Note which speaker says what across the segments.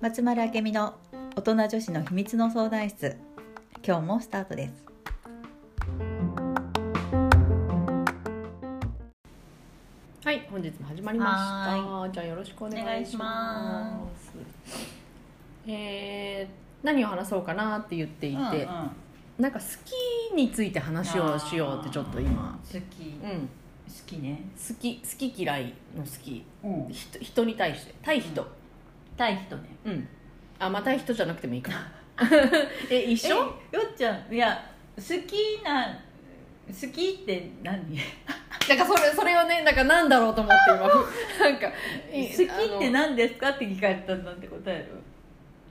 Speaker 1: 松丸明美の大人女子の秘密の相談室今日もスタートです
Speaker 2: はい、本日も始まりま
Speaker 1: は
Speaker 2: した。じゃあよろしくお願いし
Speaker 1: お願いしま
Speaker 2: ます。えー何を話そうかなって言っていて、なんか好きについて話をしようってちょっと今、
Speaker 1: 好
Speaker 2: う
Speaker 1: き
Speaker 2: ん、好
Speaker 1: 好きね、
Speaker 2: き好き嫌いの好き、
Speaker 1: うん、
Speaker 2: 人人に対して対人、
Speaker 1: 対人ね
Speaker 2: うん、あまあ対人じゃなくても いいかな。え一
Speaker 1: えよ
Speaker 2: 緒？
Speaker 1: っちゃんいや好きな好きって何好
Speaker 2: なんかそれそれをねなんかなんだろうと思って今なんか い
Speaker 1: きって
Speaker 2: あの
Speaker 1: 何ですかって聞かれたんだって答える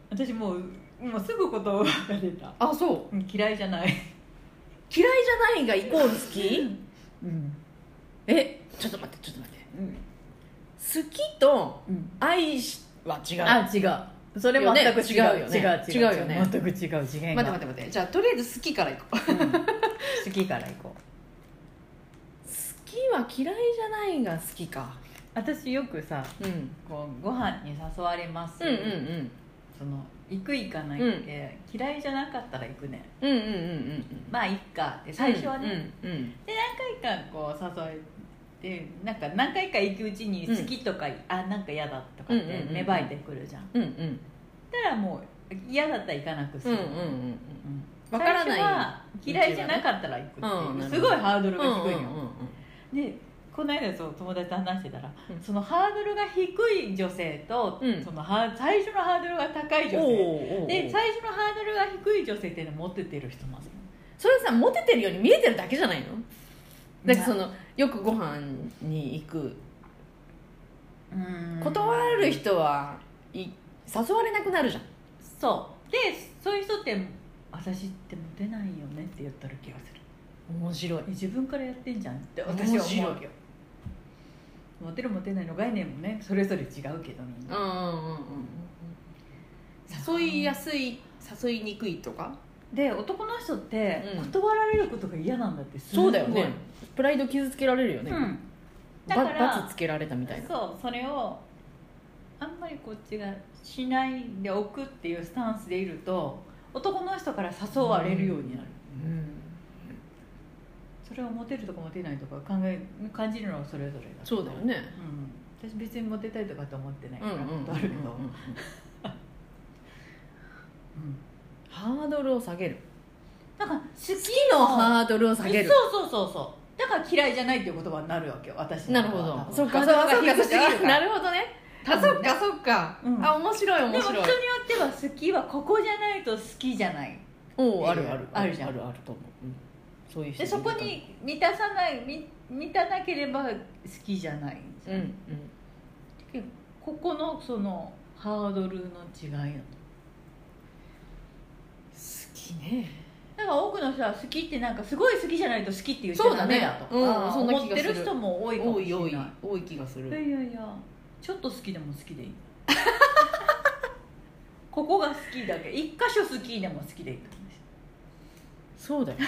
Speaker 1: 私もうもうすぐ言葉が出た
Speaker 2: あそう
Speaker 1: うん嫌いじゃない、
Speaker 2: 嫌いじゃないがイコール好き？
Speaker 1: うん
Speaker 2: えちょっと待ってちょっと待って。
Speaker 1: うん
Speaker 2: 好きと
Speaker 1: うん、
Speaker 2: 愛しは違う
Speaker 1: あ違うそれも全く違う
Speaker 2: よね違うよね
Speaker 1: 違う違う
Speaker 2: 違うよね
Speaker 1: 全く違う次元
Speaker 2: 待
Speaker 1: が
Speaker 2: って待って待ってじゃあとりあえず好きからいこう好
Speaker 1: うん好きから行こう
Speaker 2: きは嫌いじゃないが好きか、
Speaker 1: 私よくさ
Speaker 2: うん、
Speaker 1: こうご飯に誘われます、
Speaker 2: うんうん
Speaker 1: その行く行かないって、嫌いじゃなかったら行くね
Speaker 2: うんうんうんうんうん
Speaker 1: まあいっかって最初はね、
Speaker 2: うんうん
Speaker 1: 何回かこう誘えてなんか何回か行くうちに
Speaker 2: うん
Speaker 1: 好きとか、あなんか嫌だとかっ
Speaker 2: うんうん
Speaker 1: て
Speaker 2: うん
Speaker 1: 芽生えてくるじゃん,、
Speaker 2: うんうん
Speaker 1: だからもう嫌だったら行かなくす
Speaker 2: うんう
Speaker 1: る、
Speaker 2: んうん
Speaker 1: うん
Speaker 2: わからない
Speaker 1: 最初は嫌いじゃなかったら行くっていう、
Speaker 2: うん
Speaker 1: すごいハードルが低いの、
Speaker 2: うんうんうん
Speaker 1: でこの間そう友達と話してたら、
Speaker 2: うん
Speaker 1: そのハードルが低い女性と、
Speaker 2: うん
Speaker 1: そのは最初のハードルが高い女性
Speaker 2: おーおーおー
Speaker 1: で最初のハードルが低い女性っていうのはモテてる人なんですよ
Speaker 2: それさモテてるように見えてるだけじゃないのだってそ
Speaker 1: ま
Speaker 2: のよくご飯に行く
Speaker 1: あ
Speaker 2: 断る人はい誘われなくなるじゃん
Speaker 1: そうでそういう人って私ってモテないよねって言ったる気がする
Speaker 2: 面白い
Speaker 1: え自分からやってんじゃんって私は思うわけよモテるモテないの概念もねそれぞれ違うけどみん
Speaker 2: う
Speaker 1: な、
Speaker 2: んうんうんうんうん誘いやすい誘いにくいとか
Speaker 1: で男の人って
Speaker 2: うん
Speaker 1: 断られることが嫌なんだってす
Speaker 2: そ
Speaker 1: ご
Speaker 2: う
Speaker 1: い
Speaker 2: だよねプライド傷つけられるよね、
Speaker 1: うんだ
Speaker 2: ば
Speaker 1: から
Speaker 2: 罰つけられたみたいな
Speaker 1: そうそれをあんまりこっちがしないでおくっていうスタンスでいると男の人から誘われるようになる、
Speaker 2: うん
Speaker 1: それをモテるとかモテないとか考え感じるのはそれぞれだ
Speaker 2: そうだよ、ね
Speaker 1: うん、私別にモテたいとかと思ってない
Speaker 2: うん
Speaker 1: か
Speaker 2: う
Speaker 1: ら
Speaker 2: んうんうん
Speaker 1: 断るけど、うん
Speaker 2: ハードルを下げる
Speaker 1: なんか好き
Speaker 2: 好きのハードルを下げる
Speaker 1: そうそうそうそうだから嫌いじゃないっていう言葉になるわけよ私
Speaker 2: な
Speaker 1: の
Speaker 2: るほ
Speaker 1: 中では
Speaker 2: どそっか
Speaker 1: ハ
Speaker 2: そ
Speaker 1: ー
Speaker 2: っ
Speaker 1: ドルが低
Speaker 2: かそっか
Speaker 1: すぎるから
Speaker 2: なるほどねあそっかそっか、
Speaker 1: うん
Speaker 2: あ面白い面
Speaker 1: でも人に
Speaker 2: 白
Speaker 1: よ
Speaker 2: い
Speaker 1: っては好きはここじゃないと好きじゃない
Speaker 2: おうあるある
Speaker 1: あるじゃん
Speaker 2: あるあると思う、うんそういう人
Speaker 1: でそこに満たさないみ満たなければ好きじゃない
Speaker 2: うんうん
Speaker 1: ここのそのハードルの違いだと
Speaker 2: 好きね
Speaker 1: なんか多くの人は好きってなんかすごい好きじゃないと好きって言っち
Speaker 2: そ
Speaker 1: ゃ
Speaker 2: う
Speaker 1: ダ
Speaker 2: だ
Speaker 1: メ
Speaker 2: ね
Speaker 1: だと
Speaker 2: うん
Speaker 1: あー
Speaker 2: そんな気が
Speaker 1: 思ってる人も多いかも
Speaker 2: 多
Speaker 1: しれ
Speaker 2: い
Speaker 1: ない
Speaker 2: 多い多い気がする
Speaker 1: いやいやいやちょっと好きでも好きでいい ここが好きだけ一箇所好きでも好きでいいと思うし
Speaker 2: そうだよね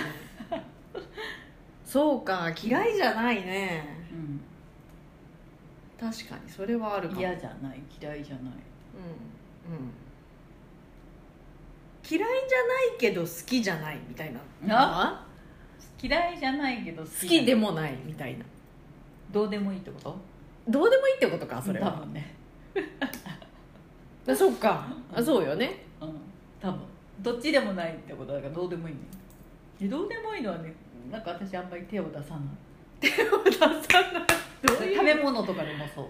Speaker 2: そうか嫌いじゃないね
Speaker 1: う
Speaker 2: 確かにそれはあるか
Speaker 1: ん
Speaker 2: も
Speaker 1: 嫌じゃない嫌いじゃない
Speaker 2: うんうん、嫌いじゃないけど好きじゃないみたいな
Speaker 1: あ嫌いじゃないけど好
Speaker 2: 好
Speaker 1: き
Speaker 2: きでもないみたいな
Speaker 1: どうでもいいってこと
Speaker 2: どうでもいいってことかそれ
Speaker 1: 多
Speaker 2: は
Speaker 1: 分ね
Speaker 2: あそうかあそうよ ね
Speaker 1: うん多分どっちでもないってことだからどうでもいいねでどうでもいいのはねなんか私あんまり手を出さない
Speaker 2: 出さないどういう
Speaker 1: 食べ物とかでもそう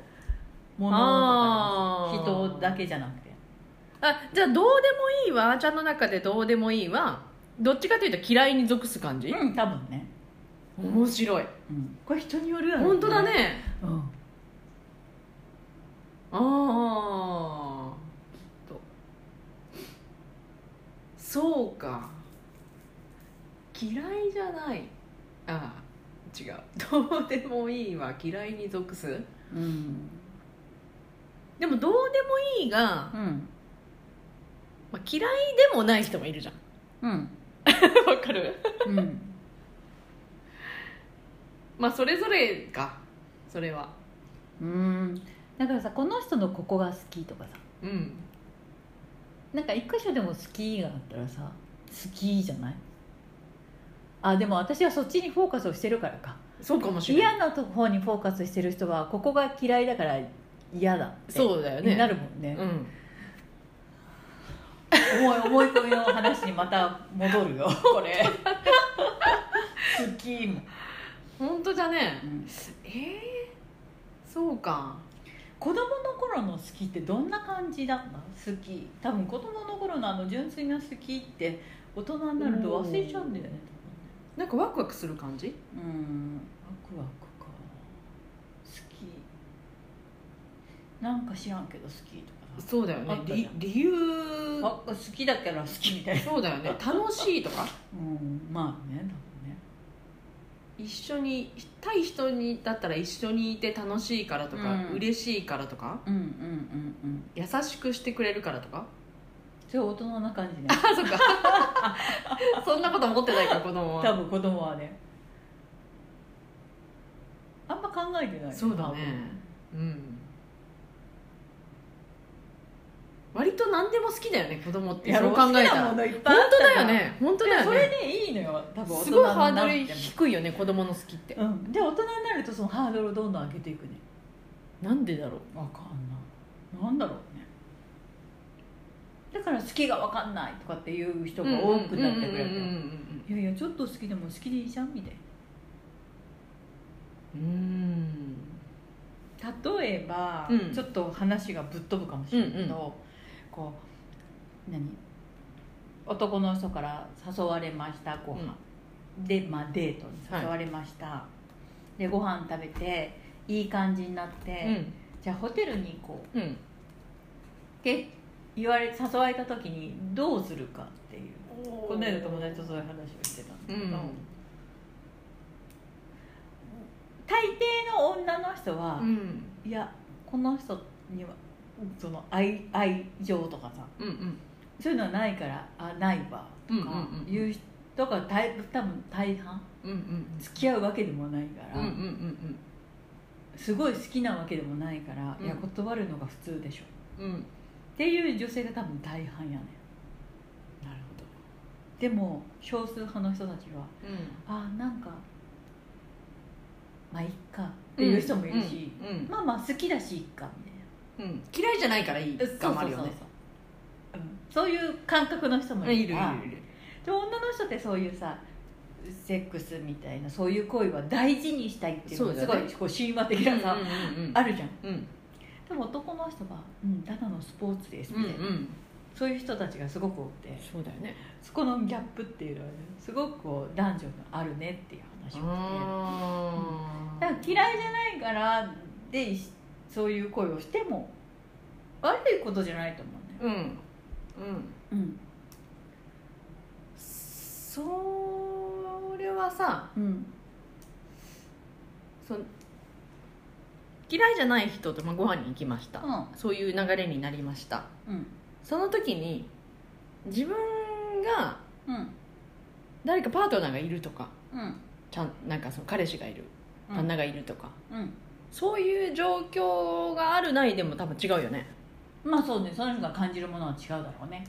Speaker 1: 物
Speaker 2: あ
Speaker 1: とか
Speaker 2: ー
Speaker 1: でもそう人だけじゃなくて
Speaker 2: あじゃあどうでもいいはあーちゃんの中でどうでもいいはどっちかというと嫌いに属す感じ、
Speaker 1: うん多分ね、
Speaker 2: 面白い
Speaker 1: うん、これ人によるだろう
Speaker 2: 本当だね、
Speaker 1: うん
Speaker 2: ああきっとそうか嫌いじゃないああ違う どうでもいいは嫌いに属す
Speaker 1: うん
Speaker 2: でもどうでもいいが、ま
Speaker 1: うん
Speaker 2: あ、嫌いでもない人もいるじゃん
Speaker 1: うん
Speaker 2: わかる
Speaker 1: うん
Speaker 2: まあそれぞれかそれは
Speaker 1: うんだからさこの人のここが好きとかさ
Speaker 2: うん
Speaker 1: なんか一箇所でも好きがあったらさ好きじゃないあでも私はそっちにフォーカスをしてるからか
Speaker 2: そうかもしれない
Speaker 1: 嫌なとこにフォーカスしてる人はここが嫌いだから嫌だって
Speaker 2: そうだよね
Speaker 1: になるもんね
Speaker 2: う、ん
Speaker 1: 思い思い込みの話にまた戻る よこれ好きも、
Speaker 2: 本当だね
Speaker 1: うん
Speaker 2: えー、そうか
Speaker 1: 子供の頃の好きってどんな感じだった好き多分子供の頃のあの純粋な好きって大人になると忘れちゃうんだよね
Speaker 2: なんかワクワクする感じ
Speaker 1: 多分ねうんワクワクか好きなんか知らんけど好きとか
Speaker 2: そうだよ
Speaker 1: あ
Speaker 2: ね
Speaker 1: ったじ
Speaker 2: 理
Speaker 1: ゃ
Speaker 2: 理由
Speaker 1: あ好きだから好きみたいな
Speaker 2: そうだよね楽しいとか
Speaker 1: うんまあね
Speaker 2: 一緒に対人にだったら一緒にいて楽しいからとか、
Speaker 1: うん
Speaker 2: 嬉しいからとか
Speaker 1: 多分ねうんうんうんうん
Speaker 2: 優しくしてくれるからと か
Speaker 1: それ大人な感じね
Speaker 2: あそっか そんなこと思ってないから子 供
Speaker 1: 多
Speaker 2: は
Speaker 1: 分子供はねあんま考えてないよ
Speaker 2: そうだねうん割と何でも好きだよね子供って
Speaker 1: いや
Speaker 2: そう
Speaker 1: ろう
Speaker 2: 考え
Speaker 1: 好き
Speaker 2: た
Speaker 1: な
Speaker 2: ら
Speaker 1: ものいっぱい
Speaker 2: 本
Speaker 1: あっ
Speaker 2: 当
Speaker 1: た
Speaker 2: だ
Speaker 1: ら
Speaker 2: よね本当だよ
Speaker 1: それ
Speaker 2: ね
Speaker 1: でいいのよ多分大
Speaker 2: すごい
Speaker 1: 人
Speaker 2: ハー
Speaker 1: に
Speaker 2: ド
Speaker 1: なっ
Speaker 2: ル
Speaker 1: ても
Speaker 2: 低いよね子供の好きって
Speaker 1: うん、で大人になるとそのハードルをどんどん上げていくね
Speaker 2: なんでだろう
Speaker 1: わかんないなんだろうねだから好きがわかんないとかっていう人が多くなってくれ
Speaker 2: うんうん
Speaker 1: るいやいやちょっと好きでも好きでいいじゃんみたい
Speaker 2: うんうん
Speaker 1: な例えば、
Speaker 2: うん
Speaker 1: ちょっと話がぶっ飛ぶかもしれないけど、こう何男の人から誘われましたご飯、で、まあ、デートに誘われました、でご飯食べていい感じになって、じゃあホテルに行こう
Speaker 2: うんうん
Speaker 1: って言われ誘われた時にどうするかっていうこの間友達とそういう話をしてたんだけど、
Speaker 2: うん
Speaker 1: 大抵の女の人は
Speaker 2: う、ん
Speaker 1: いやこの人にはその愛愛情とかさ
Speaker 2: うんうん
Speaker 1: そういうのはないからあないわと
Speaker 2: うん
Speaker 1: か
Speaker 2: うんうん
Speaker 1: いう人が大多分大半
Speaker 2: うんうん
Speaker 1: 付き合うわけでもないから、
Speaker 2: うんうんうん
Speaker 1: すごい好きなわけでもないから、
Speaker 2: うん
Speaker 1: いや断るのが普通でしょ
Speaker 2: うんうん
Speaker 1: っていう女性が多分大半やねん
Speaker 2: なる
Speaker 1: でも少数派の人たちは
Speaker 2: ほどうん
Speaker 1: あーなんかまあいっかっていう人もいるし、
Speaker 2: うんうん
Speaker 1: まあまあ好きだしいっかみ
Speaker 2: うん嫌いじゃないからいい
Speaker 1: たいな
Speaker 2: 頑張るよね
Speaker 1: そうそうそううんそういう感覚の人も
Speaker 2: い
Speaker 1: い
Speaker 2: る
Speaker 1: る
Speaker 2: い
Speaker 1: から
Speaker 2: るいる
Speaker 1: で女の人ってそういうさセックスみたいなそういう行為は大事にしたいっていうのが
Speaker 2: そう
Speaker 1: すご
Speaker 2: だ
Speaker 1: い
Speaker 2: ね
Speaker 1: こう神話的なさ、
Speaker 2: うんうん
Speaker 1: あるじゃん
Speaker 2: うん
Speaker 1: でも男の人は、うん、ただのスポーツですみ
Speaker 2: うんう
Speaker 1: たいな、
Speaker 2: ん
Speaker 1: そういう人たちがすごく多くて
Speaker 2: そうだよね
Speaker 1: そこのギャップっていうのはねすごくこう男女があるねっていう話をしてて。だから嫌いじゃないからでいそういう恋をしても悪いことじゃないと思うんだよ、
Speaker 2: うんう
Speaker 1: う
Speaker 2: ん
Speaker 1: ん
Speaker 2: それはさ
Speaker 1: うん
Speaker 2: その嫌いじゃない人と、まあ、ご飯に行きました、
Speaker 1: うん
Speaker 2: そういう流れになりました
Speaker 1: うん
Speaker 2: その時に自分が
Speaker 1: うん
Speaker 2: 誰かパートナーがいるとか
Speaker 1: うん
Speaker 2: ちゃんなんかその彼氏がいる
Speaker 1: うん
Speaker 2: 旦那がいるとか、
Speaker 1: うん
Speaker 2: そういう状況があるないでも多分違うよね
Speaker 1: まあそうねその人が感じるものは違うだろうね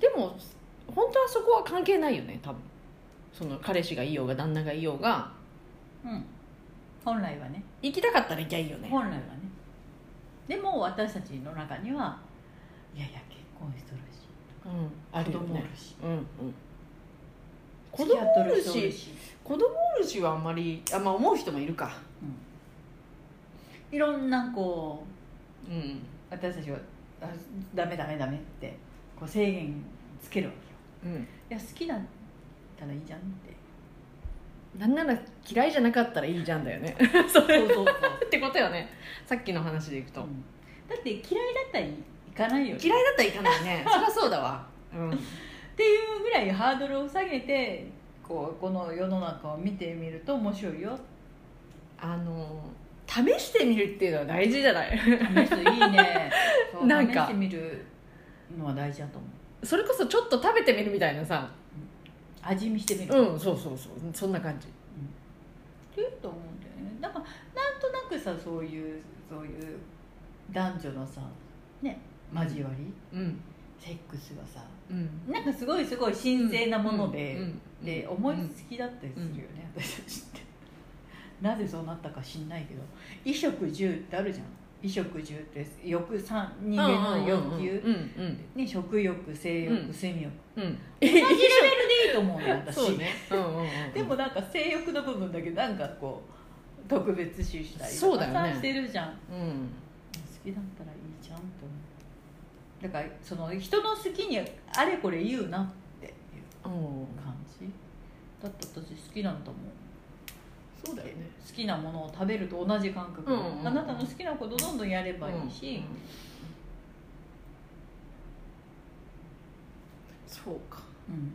Speaker 2: でも本当はそこは関係ないよね多分その彼氏がいようが旦那がいようが
Speaker 1: うん本来はね
Speaker 2: 行きたかったら行きゃいいよね
Speaker 1: 本来はねでも私たちの中にはいやいや結婚しとるし
Speaker 2: うんあるよ
Speaker 1: 子供お
Speaker 2: ね
Speaker 1: るし
Speaker 2: うんうん子
Speaker 1: 付き
Speaker 2: 供
Speaker 1: 合っと
Speaker 2: おる
Speaker 1: 人おる
Speaker 2: し
Speaker 1: し
Speaker 2: 子供おるしはあんまりあまあ思う人もいるか
Speaker 1: いろんなこう
Speaker 2: うん
Speaker 1: 私たちはあダメダメダメってこう制限つけるわけよ
Speaker 2: うん
Speaker 1: いや好きだったらいいじゃんって
Speaker 2: なんなら嫌いじゃなかったらいいじゃんだよねそれ
Speaker 1: そうそうそう、
Speaker 2: ってことよねさっきの話でいくと、
Speaker 1: うんだって嫌いだったらいかないよね
Speaker 2: 嫌いだったら行かないね そりゃそうだわうん
Speaker 1: っていうぐらいハードルを下げてこうこの世の中を見てみると面白いよ
Speaker 2: あの試してみるっていうのは大事じゃない
Speaker 1: 試していいねそう
Speaker 2: なんか
Speaker 1: 試してみるのは大事だと思う
Speaker 2: それこそちょっと食べてみるみたいなさ
Speaker 1: 味見してみる、
Speaker 2: うんそうそうそうそんな感じ
Speaker 1: っていうと思うんだよねなんかなんとなくさそういうそういう男女のさね交わり、
Speaker 2: うん
Speaker 1: セックスはさ
Speaker 2: うん
Speaker 1: なんかすごいすごい神聖なもので、
Speaker 2: うん
Speaker 1: で
Speaker 2: うん
Speaker 1: 思いつきだったりするよね、私たちって なぜそうなったか知んないけど衣食住ってあるじゃん衣食住って欲三人間の欲求、
Speaker 2: うんうん
Speaker 1: ね、食欲性欲、
Speaker 2: うん
Speaker 1: 睡眠欲
Speaker 2: うんうん
Speaker 1: 同じレベルでいいと思うのよ私
Speaker 2: そうねうんうんうん
Speaker 1: でもなんか性欲の部分だけなんかこう特別視したり
Speaker 2: そうだよね
Speaker 1: とかさしてるじゃん
Speaker 2: うん
Speaker 1: 好きだったらいいじゃんと思うだからその人の好きにあれこれ言うなっていう
Speaker 2: うん
Speaker 1: 感じだって私好きなんだもん
Speaker 2: そうだよね
Speaker 1: 好きなものを食べると同じ感覚、
Speaker 2: うんうんうん
Speaker 1: あなたの好きなことどんどんやればいいし、
Speaker 2: うんそうか
Speaker 1: うん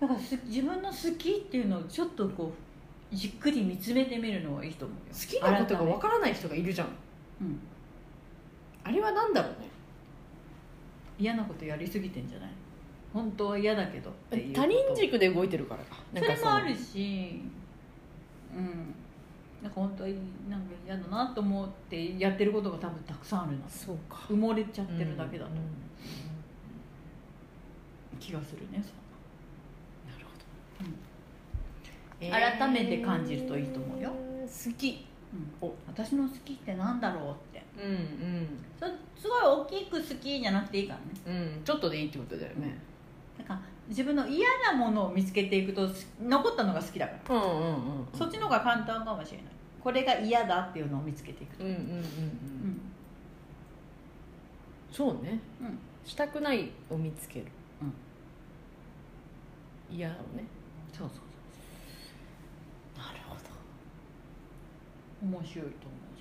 Speaker 1: だからす自分の好きっていうのをちょっとこうじっくり見つめてみるのはいいと思うよ
Speaker 2: 好きなことが
Speaker 1: 改め
Speaker 2: わ
Speaker 1: て
Speaker 2: からない人がいるじゃん
Speaker 1: うん
Speaker 2: あれはなんだろうね
Speaker 1: 嫌なことやりすぎてんじゃない本当は嫌だけどっていうこと
Speaker 2: 他人軸で動いてるからかなん
Speaker 1: そ
Speaker 2: か
Speaker 1: れもある
Speaker 2: し
Speaker 1: しうんなんか本当はなんか嫌だなと思ってやってることが多分たくさんあるな
Speaker 2: そうか
Speaker 1: 埋もれちゃってるだけだ
Speaker 2: う
Speaker 1: と
Speaker 2: んうん
Speaker 1: 気がするね、
Speaker 2: なるほど
Speaker 1: うん
Speaker 2: えー
Speaker 1: 改めて感じるといいと思うよ
Speaker 2: 好き
Speaker 1: うん
Speaker 2: お
Speaker 1: 私の好きってなんだろうって
Speaker 2: うんうん
Speaker 1: そすごい大きく好きじゃなくていいからね
Speaker 2: うんちょっとでいいってことだよね
Speaker 1: だから自分の嫌なものを見つけていくとす残ったのが好きだから、
Speaker 2: うんうんうん
Speaker 1: そっちの方が簡単かもしれないこれが嫌だっていうのを見つけていくと
Speaker 2: うんうんうんう
Speaker 1: うん
Speaker 2: んそうね
Speaker 1: うん
Speaker 2: したくないを見つける
Speaker 1: うん
Speaker 2: 嫌をね
Speaker 1: そうそうそう
Speaker 2: なるほど
Speaker 1: 面白いと思う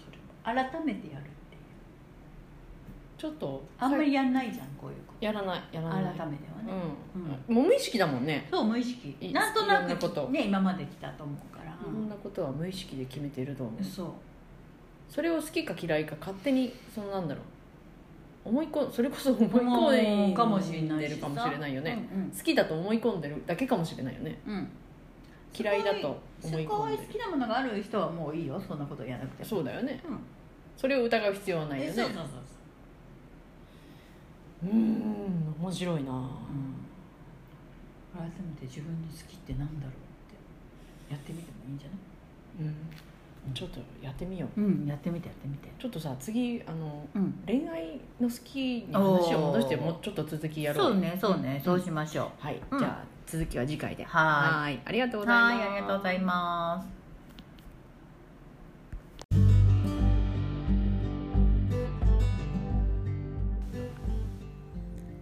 Speaker 1: それも改めてやるっていう
Speaker 2: ちょっと
Speaker 1: あんま
Speaker 2: はい
Speaker 1: りやんないじゃんこういうこ
Speaker 2: やらないや
Speaker 1: と
Speaker 2: ら
Speaker 1: 改
Speaker 2: ない
Speaker 1: めてはね、
Speaker 2: うん、もう無意識だもんね
Speaker 1: そう無意識
Speaker 2: い
Speaker 1: なんとない
Speaker 2: ろんなこと
Speaker 1: くね今まで来たと思うから、
Speaker 2: いろんなことは無意識で決めてると思う
Speaker 1: そう
Speaker 2: それを好きか嫌いか勝手にそのなんだろう思いこそれこそ思い込んで
Speaker 1: かもしれない
Speaker 2: るかもしれないよね、
Speaker 1: うん
Speaker 2: 好きだと思い込んでるだけかもしれないよね
Speaker 1: うんうん
Speaker 2: 嫌いだと
Speaker 1: すご
Speaker 2: 思い
Speaker 1: い好
Speaker 2: 込んでる
Speaker 1: きなものがある人はもういいよそんなことやらなくても
Speaker 2: そうだよね
Speaker 1: うん
Speaker 2: それを疑う必要はない
Speaker 1: え
Speaker 2: よ
Speaker 1: そう
Speaker 2: ね
Speaker 1: そうそうそう
Speaker 2: うーん面白
Speaker 1: う
Speaker 2: いな、
Speaker 1: ん、改めて自分の好きってなんだろうってやってみてもいいんじゃない
Speaker 2: うん、ちょっとやってみよう
Speaker 1: うんやってみてやってみて
Speaker 2: ちょっとさ次あの
Speaker 1: うん
Speaker 2: 恋愛の好きに話を戻してもうちょっと続きやろう
Speaker 1: そうねそうね、そうしましょう
Speaker 2: はい、
Speaker 1: うん
Speaker 2: じゃあ続きは次回で
Speaker 1: は
Speaker 2: ーいありがとう
Speaker 1: ー
Speaker 2: ご
Speaker 1: い
Speaker 2: ざいます
Speaker 1: はーいありがとうございます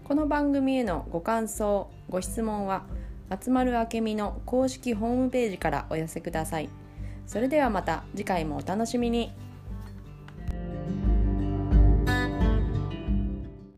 Speaker 3: この番組へのご感想ご質問は松丸あけみの公式ホームページからお寄せくださいそれではまた次回もお楽しみに